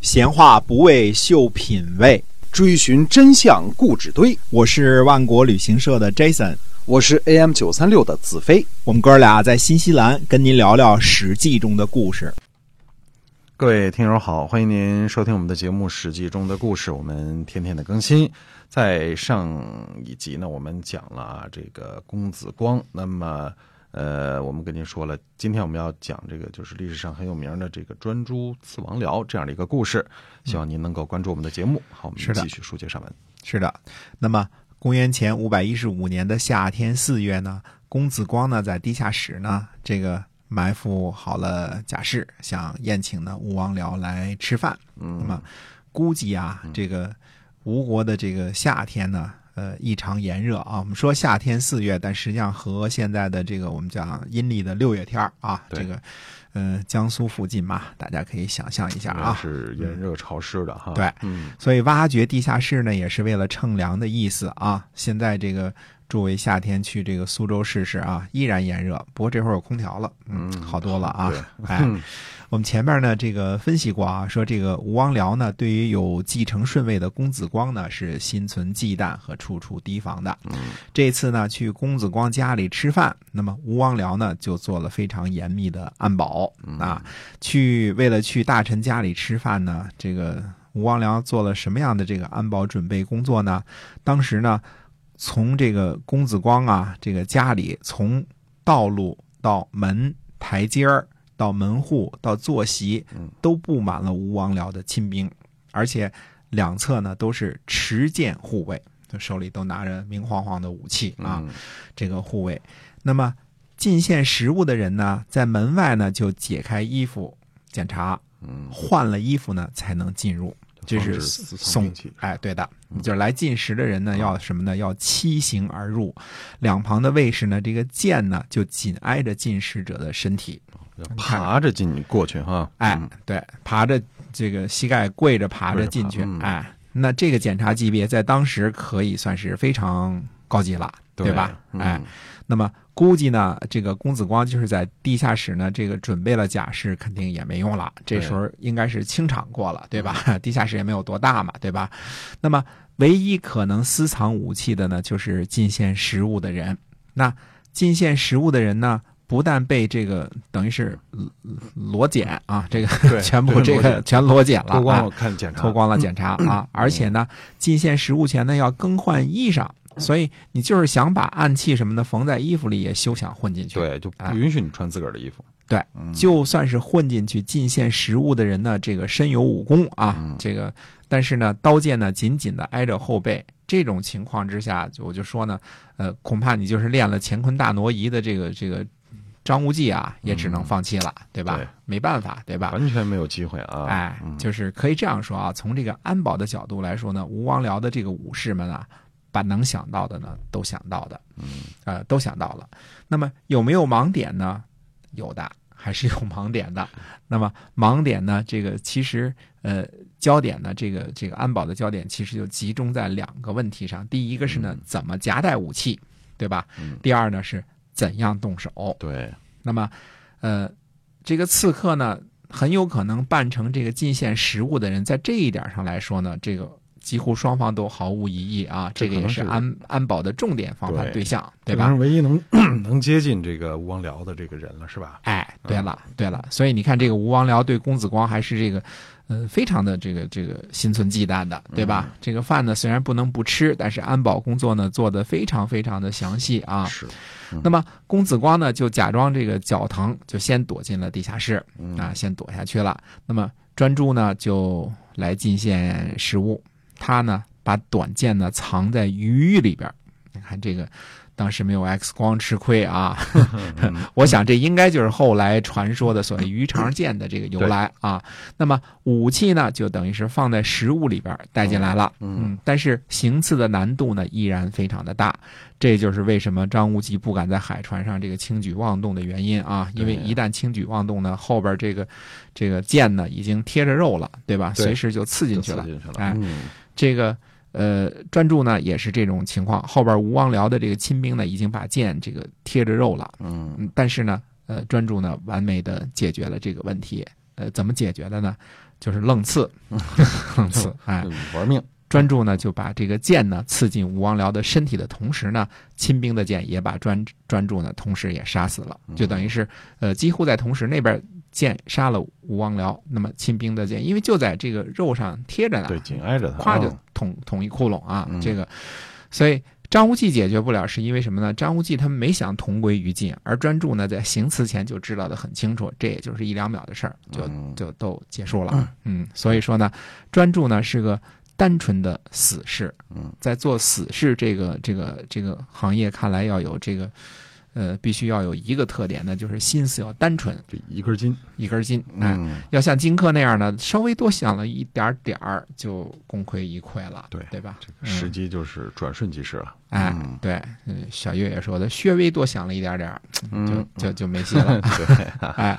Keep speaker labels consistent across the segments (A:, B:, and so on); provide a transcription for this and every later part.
A: 闲话不为秀品味，
B: 追寻真相故纸堆。
A: 我是万国旅行社的 Jason，
B: 我是 AM 九三六的子飞。
A: 我们哥俩在新西兰跟您聊聊《史记》中的故事。
B: 各位听友好，欢迎您收听我们的节目《史记》中的故事，我们天天的更新。在上一集呢，我们讲了啊这个公子光，那么呃，我们跟您说了，今天我们要讲这个就是历史上很有名的这个专诸刺王僚这样的一个故事，希望您能够关注我们的节目。好，我
A: 嗯是的
B: 们继续书接上文。
A: 是的，那么公元前五百一十五年的夏天四月呢，公子光呢在地下室呢这个埋伏好了甲士，想宴请呢吴王僚来吃饭。那
B: 嗯
A: 么估计啊，这个吴国的这个夏天呢，呃，异常炎热啊。我们说夏天四月，但实际上和现在的这个我们讲阴历的六月天儿啊，
B: 对
A: 这个呃江苏附近嘛，大家可以想象一下啊。
B: 嗯是炎热潮湿的哈。
A: 对
B: 嗯，
A: 所以挖掘地下室呢，也是为了乘凉的意思啊。现在这个诸位夏天去这个苏州试试啊，依然炎热，不过这会儿有空调了，嗯，
B: 嗯
A: 好多了啊
B: 对。
A: 哎，我们前面呢这个分析过啊，说这个吴王僚呢，对于有继承顺位的公子光呢，是心存忌惮和处处提防的。
B: 嗯
A: 这次呢去公子光家里吃饭，那么吴王僚呢就做了非常严密的安保
B: 嗯
A: 啊，去为了去大臣家里吃饭呢，这个吴王僚做了什么样的这个安保准备工作呢？当时呢，从这个公子光啊这个家里，从道路到门台阶儿。到门户到坐席
B: 嗯，
A: 都布满了吴王僚的亲兵，而且两侧呢都是持剑护卫，就手里都拿着明晃晃的武器啊。
B: 嗯
A: 这个护卫。那么进献食物的人呢，在门外呢就解开衣服检查，
B: 嗯，
A: 换了衣服呢才能进入。这
B: 防
A: 是
B: 止私藏
A: 送
B: 兵器
A: 哎，对的，就是来进食的人呢，要什么呢？要七行而入，两旁的卫士呢，这个剑呢就紧挨着进食者的身体，
B: 要
A: 看
B: 爬着进过去哈。
A: 哎
B: 嗯，
A: 对，爬着这个膝盖跪着爬着进去
B: 跪着，爬
A: 哎，那这个检查级别在当时可以算是非常高级了，对吧？
B: 嗯
A: 哎，，那么估计呢，这个公子光就是在地下室呢，这个准备了甲室，肯定也没用了。这时候应该是清场过了，对
B: 嗯
A: 吧？ 地下室也没有多大嘛，对吧？那么唯一可能私藏武器的呢，就是进献食物的人。那进献食物的人呢，不但被这个等于是呃裸检啊，这个
B: 对
A: 全部
B: 对
A: 这
B: 裸
A: 个
B: 检
A: 全裸检了
B: 脱光
A: 啊
B: 我，看检查，
A: 脱光了检查
B: 嗯
A: 啊，而且呢，进献食物前呢要更换衣裳，所以你就是想把暗器什么的缝在衣服里，也休想混进去。，
B: 对，就
A: 哎
B: 不允许你穿自个儿的衣服。
A: 对
B: 嗯
A: 就算是混进去进献食物的人呢，这个身有武功啊
B: 嗯，
A: 这个但是呢，刀剑呢紧紧的挨着后背。这种情况之下，我就说呢，呃，恐怕你就是练了乾坤大挪移的这个这个张无忌啊，也只能
B: 嗯
A: 放弃了，对吧
B: 对？
A: 没办法，对吧？
B: 完全没有机会啊！
A: 哎，
B: 嗯
A: 就是可以这样说啊，从这个安保的角度来说呢，吴王僚的这个武士们啊，把能想到的呢都想到的，
B: 嗯
A: 呃，都想到了。那么有没有盲点呢？有的，还是有盲点的。那么盲点呢，这个其实呃，焦点呢，这个这个安保的焦点其实就集中在两个问题上。第一个是呢
B: 嗯，
A: 怎么夹带武器，对吧？
B: 嗯
A: 第二呢是怎样动手。
B: 对，
A: 那么，呃，这个刺客呢，很有可能扮成这个进献食物的人，在这一点上来说呢，这个几乎双方都毫无疑义啊。
B: 这
A: 这个也
B: 可能是
A: 安安保的重点防范
B: 对
A: 对象，对
B: 这
A: 吧
B: 当？是唯一能 能接近这个吴王僚的这个人了，是吧？
A: 哎，对了，
B: 嗯
A: 对了，所以你看，这个吴王僚对公子光还是这个，呃，非常的这个这个心存忌惮的，对
B: 嗯
A: 吧？这个饭呢，虽然不能不吃，但是安保工作呢做得非常非常的详细啊。
B: 是，
A: 那么公子光呢，就假装这个脚疼，就先躲进了地下室
B: 嗯
A: 啊，先躲下去了。那么专诸呢，就来进献食物，他呢把短剑呢藏在鱼里边儿。你看这个，当时没有 X 光吃亏啊。 我想这应该就是后来传说的所谓鱼肠剑的这个由来啊。那么武器呢，就等于是放在食物里边儿带进来了。
B: 嗯，
A: 但是行刺的难度呢，依然非常的大。这就是为什么张无忌不敢在海船上这个轻举妄动的原因啊，因为
B: 对
A: 一旦轻举妄动呢，后边这个这个剑呢已经贴着肉了，对吧？
B: 对
A: 随时就刺进
B: 就
A: 去了
B: 刺。进去了。
A: 哎
B: 嗯
A: 这个呃，专注呢也是这种情况，后边吴王僚的这个亲兵呢已经把剑这个贴着肉了，
B: 嗯，
A: 嗯，但是呢，呃，专注呢完美的解决了这个问题。呃，怎么解决的呢？就是愣 刺，愣刺，哎，
B: 玩命。
A: 专注呢，就把这个剑呢刺进吴王僚的身体的同时呢，亲兵的剑也把专专注呢，同时也杀死了，就等于是呃，几乎在同时那边剑杀了吴王僚，那么亲兵的剑因为就在这个肉上贴着呢，
B: 对，紧挨着他，嗯
A: 咵就捅捅一窟窿啊，这个，所以张无忌解决不了，是因为什么呢？张无忌他们没想同归于尽，而专注呢，在行刺前就知道的很清楚，这也就是一两秒的事儿，就
B: 嗯
A: 就都结束了，嗯，所以说呢，专注呢是个。单纯的死士，
B: 嗯，
A: 在做死士这个这个这个行业，看来要有这个，呃，必须要有一个特点呢，就是心思要单纯，
B: 就一根筋，
A: 一根筋，哎，
B: 嗯，
A: 要像荆轲那样呢，稍微多想了一点点儿，就功亏一篑了，
B: 对
A: 对吧？
B: 这个时机就是转瞬即逝了，
A: 哎
B: 嗯，
A: 对，嗯，小月也说的，略微多想了一点点儿，就
B: 嗯，
A: 就就没戏了，
B: 对，
A: 哎，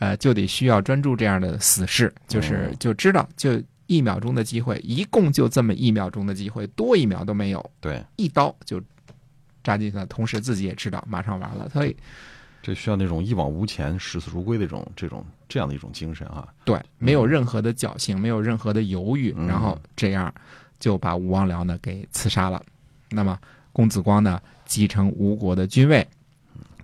A: 呃，就得需要专注这样的死士，就是
B: 嗯
A: 就知道，就一秒钟的机会，一共就这么一秒钟的机会，多一秒都没有，
B: 对，
A: 一刀就扎进去了。同时自己也知道马上完了，所以
B: 这需要那种一往无前、视死如归的这种、这种这样的一种精神啊，
A: 对，没有任何的侥幸，没有任何的犹豫，
B: 嗯
A: 然后这样就把吴王僚呢给刺杀了。那么公子光呢继承吴国的君位，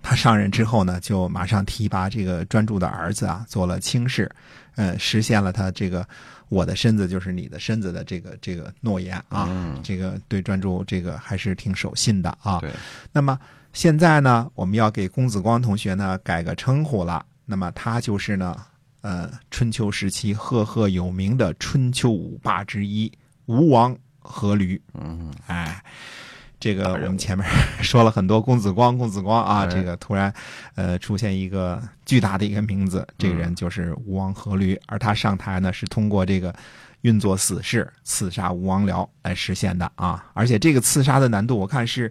A: 他上任之后呢，就马上提拔这个专注的儿子啊做了卿士，呃，实现了他这个我的身子就是你的身子的这个这个诺言啊。
B: 嗯，
A: 这个对专注这个还是挺守信的啊。
B: 对，
A: 那么现在呢，我们要给公子光同学呢改个称呼了。那么他就是呢，呃，春秋时期赫赫有名的春秋五霸之一吴王阖闾。
B: 嗯，
A: 哎，这个
B: 大
A: 我
B: 人物
A: 们前面说了很多公子光，公 子光啊，
B: 哎
A: 这个突然呃出现一个巨大的一个名字，这个人
B: 嗯
A: 就是吴王阖闾，而他上台呢是通过这个运作死士刺杀吴王僚来实现的啊，而且这个刺杀的难度我看是。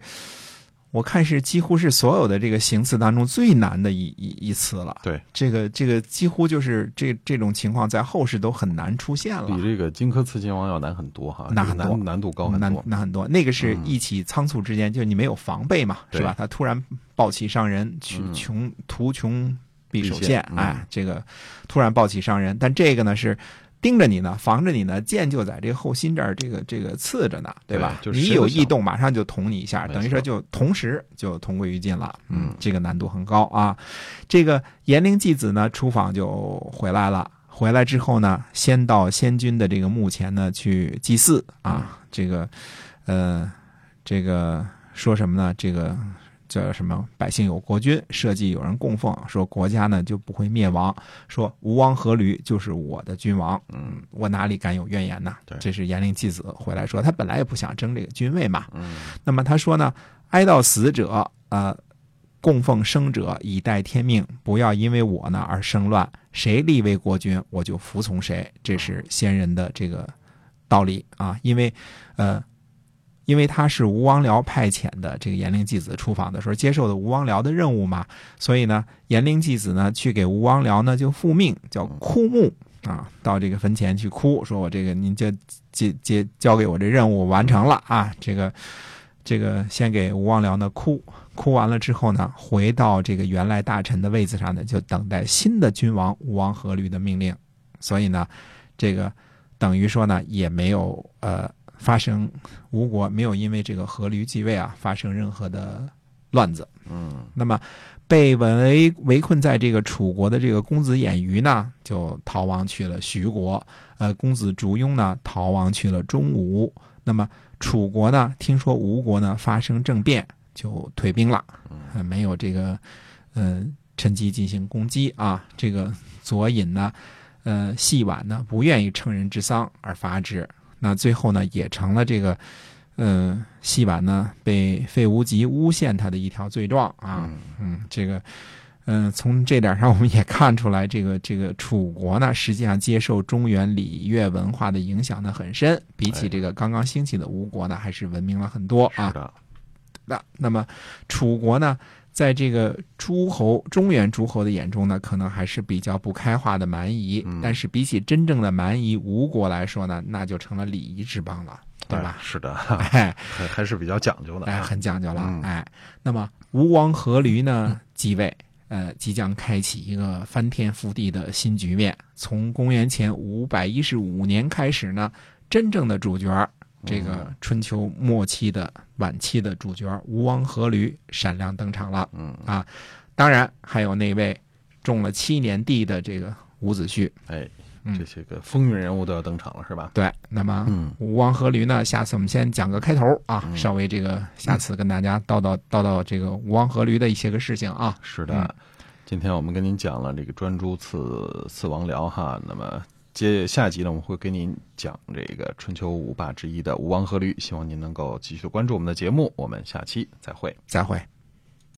A: 我看是几乎是所有的这个行刺当中最难的一一一次了。
B: 对，
A: 这个这个几乎就是这这种情况在后世都很难出现了。
B: 比这个荆轲刺秦王要难很多哈，
A: 难
B: 这个
A: 很多
B: 难难度高很
A: 嗯难
B: 多，
A: 难很多。那个是
B: 嗯
A: 一起仓促之间，就是你没有防备嘛，
B: 对
A: 是吧？他突然暴起上人，取
B: 嗯
A: 穷图穷匕首
B: 匕首
A: 见，
B: 嗯
A: 哎，这个突然暴起上人，但这个呢是。盯着你呢，防着你呢，剑就在这个后心这儿，这个这个刺着呢，
B: 对
A: 吧？
B: 就是
A: 你
B: 谁都
A: 有
B: 想
A: 异动，马上就捅你一下，
B: 没
A: 等于说
B: 错
A: 就同时就同归于尽了。
B: 嗯
A: 这个难度很高啊。这个延陵季子呢，出访就回来了。回来之后呢，先到先君的这个墓前呢去祭祀啊。
B: 嗯
A: 这个，呃，这个说什么呢？这个叫什么？百姓有国君，社稷有人供奉，说国家呢就不会灭亡。说吴王阖闾就是我的君王，
B: 嗯
A: 我哪里敢有怨言呐
B: 对？
A: 这是延陵季子回来说，他本来也不想争这个君位嘛。
B: 嗯，
A: 那么他说呢，哀悼死者，呃，供奉生者，以待天命，不要因为我呢而生乱。谁立为国君，我就服从谁，这是先人的这个道理啊。因为，呃，因为他是吴王僚派遣的这个延陵季子出访的时候接受的吴王僚的任务嘛，所以呢，延陵季子呢去给吴王僚呢就复命，叫哭墓。啊，到这个坟前去哭，说我这个您这接接交给我这任务完成了啊，这个这个先给吴王僚呢哭，哭完了之后呢，回到这个原来大臣的位子上呢，就等待新的君王吴王阖闾的命令。所以呢，这个等于说呢，也没有呃发生吴国没有因为这个阖闾继位啊发生任何的乱子。
B: 嗯，
A: 那么被围围困在这个楚国的这个公子偃瑜呢，就逃亡去了徐国；呃，公子竹庸呢，逃亡去了中吴。那么楚国呢，听说吴国呢发生政变，就退兵了，呃、没有这个，呃，趁机进行攻击啊。这个左尹呢，呃，细婉呢不愿意乘人之丧而伐之，那最后呢也成了这个。呃，细婉呢被费无极诬陷他的一条罪状啊，
B: 嗯
A: 嗯，这个，嗯、从这点上我们也看出来，这个这个楚国呢，实际上接受中原礼乐文化的影响呢很深，比起
B: 哎
A: 这个刚刚兴起的吴国呢，还是文明了很多啊
B: 是。的，哎
A: 那那么楚国呢，在这个诸侯中原诸侯的眼中呢，可能还是比较不开化的蛮夷，
B: 嗯
A: 但是比起真正的蛮夷吴国来说呢，那就成了礼仪之邦了，对
B: 哎
A: 吧？
B: 是的，
A: 哎，
B: 还还是比较讲究的
A: 哎，
B: 啊，
A: 很讲究了。
B: 嗯
A: 哎，那么吴王阖闾呢继位，呃，即将开启一个翻天覆地的新局面。从公元前五百一十五年开始呢，真正的主角儿，这
B: 嗯
A: 个春秋末期的晚期的主角儿吴王阖闾闪亮登场了。
B: 嗯
A: 啊，当然还有那位种了七年地的这个伍子胥。
B: 哎，
A: 嗯
B: 这些个风云人物都要登场了，是吧？
A: 对，那么
B: 嗯
A: 吴王阖闾呢，下次我们先讲个开头啊，稍微这个下次跟大家叨叨叨叨这个吴王阖闾的一些个事情啊。
B: 是的，今天我们跟您讲了这个专诸刺刺王僚哈，那么接下集呢，我们会给您讲这个春秋五霸之一的吴王阖闾，希望您能够继续关注我们的节目，我们下期再会。
A: 再会。